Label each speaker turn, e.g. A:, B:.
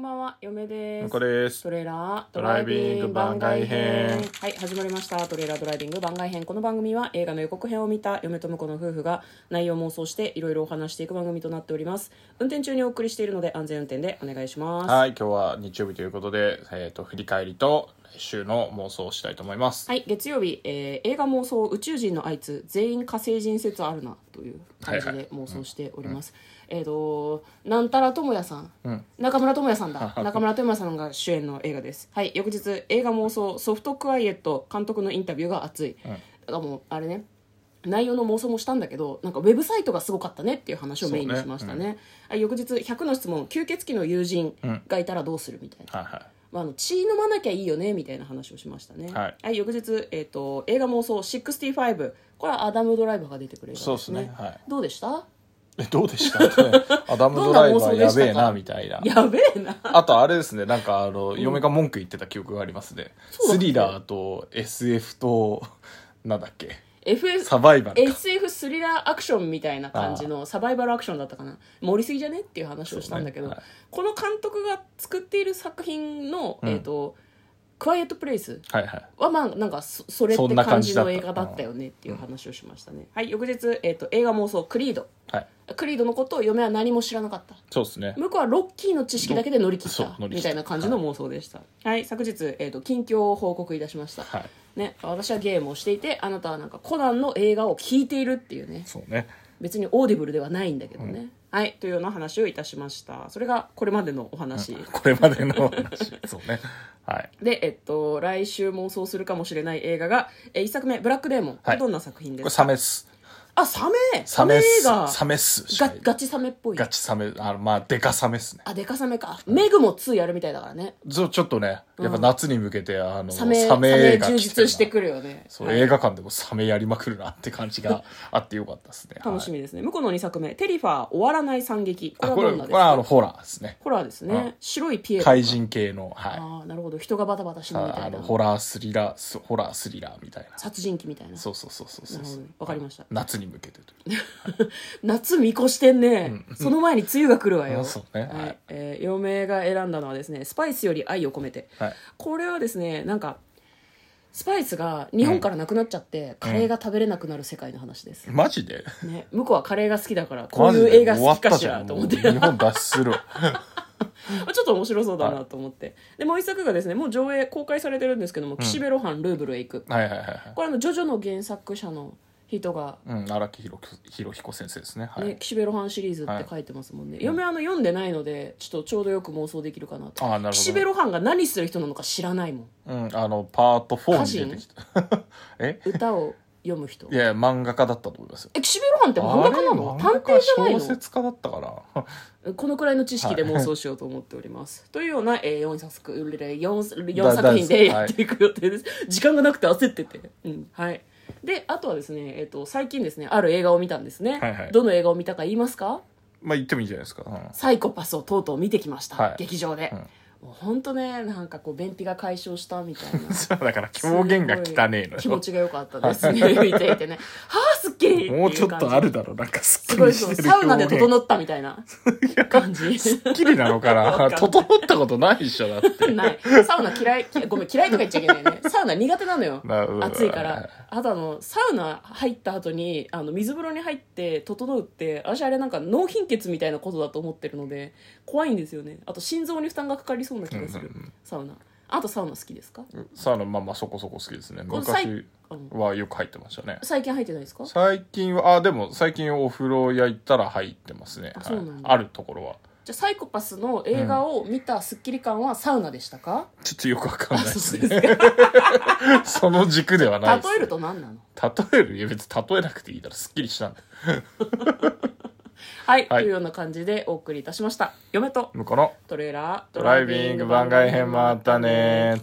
A: ばんは、嫁です。
B: 向こうです
A: トレーラード
B: ライビング番外編
A: はい、始まりました。トレーラードライビング番外編。この番組は映画の予告編を見た嫁と婿の夫婦が内容を妄想していろいろお話していく番組となっております。運転中にお送りしているので安全運転でお願いします。
B: はい、今日は日曜日ということで、えー、と振り返りと来週の妄想をしたいと思います。
A: はい、月曜日、えー映画妄想宇宙人のあいつ全員火星人説あるなという感じ
B: はいは
A: で妄想しております、えっ、となんたらともやさん、中村智也さんだ中村智也さんが主演の映画ですはい翌日映画妄想ソフトクワイエット監督のインタビューが熱い、だからもうあれね内容の妄想もしたんだけどなんかウェブサイトがすごかったねっていう話をメインにしましたねあ翌日100の質問吸血鬼の友人がいたらどうするみたいな、
B: はいは
A: まあ、あの血飲まなきゃいいよねみたいな話をしましたね
B: はい
A: 翌日、えー、と映画妄想65これはアダム・ドライバーが出てくる映
B: い、そ
A: 画
B: う
A: で
B: ですす
A: ね
B: ね。はい。
A: どうでした
B: えどう でしたってねアダムドライバーやべえなみたいな。
A: やべえな
B: あとあれですね、なんかあの、嫁が文句言ってた記憶がありますね。
A: そうだっけ
B: スリラーと SF と、なんだっけ、
A: FS
B: サバイバルか。
A: SF スリラーアクションみたいな感じのサバイバルアクションだったかな盛りすぎじゃねっていう話をしたんだけど、
B: そうねはい
A: この監督が作っている作品の「えー、とクワイエット・プレイス」
B: はいはい。
A: はまあなんかそそれって
B: そんな
A: 感
B: 感
A: じ
B: じだっ
A: の
B: た
A: 映画だったよねっていう話をしましたね、はい翌日、えー、と映画妄想「クリード」
B: はい。
A: クリードのことを嫁は何も知らなかった
B: そうですね。
A: 向こうはロッキーの知識だけで乗り切っ
B: そう
A: た
B: 乗り切
A: み
B: った
A: たいな感じの妄想でしたはい、昨日、えー、と近況を報告いたしました、
B: はい。
A: ね、私はゲームをしていてあなたはなんかコナンの映画を聴いているっていうね
B: そうね。
A: 別にオーディブルではないんだけどね、はいというような話をいたしましたそれがこれまでのお話、
B: これまでの お話。そうね。はい。
A: で、えっと、来週妄想するかもしれない映画が、えー、一作目「ブラックデーモン」
B: はい
A: どんな作品で
B: これ
A: すか
B: サメっす。
A: あサメ
B: サメっ
A: 映
B: す。
A: 画
B: サメっす。
A: ガガチサメっぽい
B: ガチサメ、あの、まあ、デカサメっすね。
A: あデカサメかメグも2やるみたいだからね
B: そうちょっとね、やっぱ夏に向けて、あの、
A: サメサ
B: サメ映
A: メ
B: 画
A: 充
B: 来る
A: 実
B: な
A: してくるよね
B: そう、
A: はい
B: 映画館でもサメやりまくるなって感じがあってよかったですね。
A: 楽し
B: み。
A: みですね、向こうの2作目「テリファー終わらない惨劇」これ
B: あ
A: は
B: これ、
A: どん
B: これ
A: なです
B: はあの、
A: か
B: ホラーですね。
A: ホラーですね、
B: うん
A: 白いピエロ
B: 怪人系の、
A: あ
B: は
A: あなるほど人がバタバタ
B: い。
A: 死ぬみ
B: あ
A: た
B: あ
A: いな
B: の、ホラースリラース、ホラースリラーみたいな。
A: 殺人鬼みたいな
B: そうそうそうそうそう
A: なる
B: そ
A: ほ
B: う
A: ど。わかりました
B: 夏に向けてという。
A: 夏見越してんね、その前に梅雨が来るわよ
B: あそうね
A: は
B: はいい
A: えー嫁が選んだのはですね「スパイスより愛を込めて」
B: はい
A: これはですねなんかスパイスが日本からなくなっちゃって、カレーが食べれなくなる世界の話です、
B: マジで
A: ね、向こうはカレーが好きだからこういう映画好きかしらと思って
B: マジで終わったじゃんもう日本脱出するわ。
A: まあ ちょっと面白そうだなと思って、でもう一作がですねもう上映公開されてるんですけども「岸辺露伴ルーブルへ行く」
B: はいはいはいはい。
A: これあのジョジョの原作者の人が、
B: うん、荒木博彦先生ですね。は
A: ね
B: い。
A: 岸辺露伴シリーズって書いてますもんね、嫁あの読んでないのでちょっとちょうどよく妄想できるかなと
B: ああ、なる
A: 岸
B: ほ
A: 辺
B: ど。
A: 露伴が何する人なのか知らないもん
B: うん、あの、パート4に出てきた。 え
A: 歌を読む人
B: いや、漫画家だったと思いますよ。
A: え岸辺露伴って漫画家なの
B: あれ
A: 探偵じゃない
B: 漫画家小説家だったかな。
A: のこのくらいの知識で妄想しようと思っております、 というような、えー、4, 作4,
B: だ
A: 作品で
B: だ
A: や
B: い
A: っ
B: す
A: ていく予定です、時間がなくて焦ってて、うん、はいであとはですね、えっと最近ですねある映画を見たんですね、
B: はいはい
A: どの映画を見たか言いますか
B: まあ言ってもいいんじゃないですか。うん
A: サイコパスをとうとう見てきました、
B: はい
A: 劇場で、
B: うん
A: もう本当ねなんかこう便秘が解消したみたいな
B: そうだから表現が汚ねえの
A: 気持
B: よ。
A: ちが良かった ですね見ていてねはあすっきりていう感じ
B: もうちょっとあるだろ、なんかすっ
A: す
B: き
A: ごい
B: り
A: そ
B: し
A: う
B: てる
A: サウナで
B: 表現
A: 整ったみたいな感じ
B: すっきりなのか
A: わかん
B: な
A: ない
B: 整ったことないでしょ、だって。
A: ないサウナ嫌いきごめん嫌いとか言っちゃいけない ねサウナ苦手なのよ
B: なるほど
A: 暑いからあとあのサウナ入った後にあの水風呂に入って整うって私あれなんか脳貧血みたいなことだと思ってるので怖いんですよねあと心臓に負担がかかりそうな気がする、
B: うんうんうん
A: サウナあとサウナ好きですか
B: サウナ、まあまあそこそこ好きですね。
A: このサイ
B: 昔
A: うん
B: はよく入ってましたね。
A: 最近入ってないですか
B: 最近は、あ、でも最近お風呂屋行ったら入ってますね。
A: あ
B: はい
A: そうなんだ
B: あるところは。
A: じゃあサイコパスの映画を見たスッキリ感はサウナでしたか、
B: ちょっとよくわかん
A: あ
B: ないで
A: そ
B: す
A: うで
B: ね。
A: すか
B: その軸ではな
A: 例
B: いですね。
A: えると何なの
B: 例えるいや別に例えなくていいだろ、すっきりしたんだ。
A: はい、
B: は
A: と
B: い
A: いうような感じでお送りいたしました嫁と
B: 向こうの
A: トレーラード
B: ドライビング番外編もあったね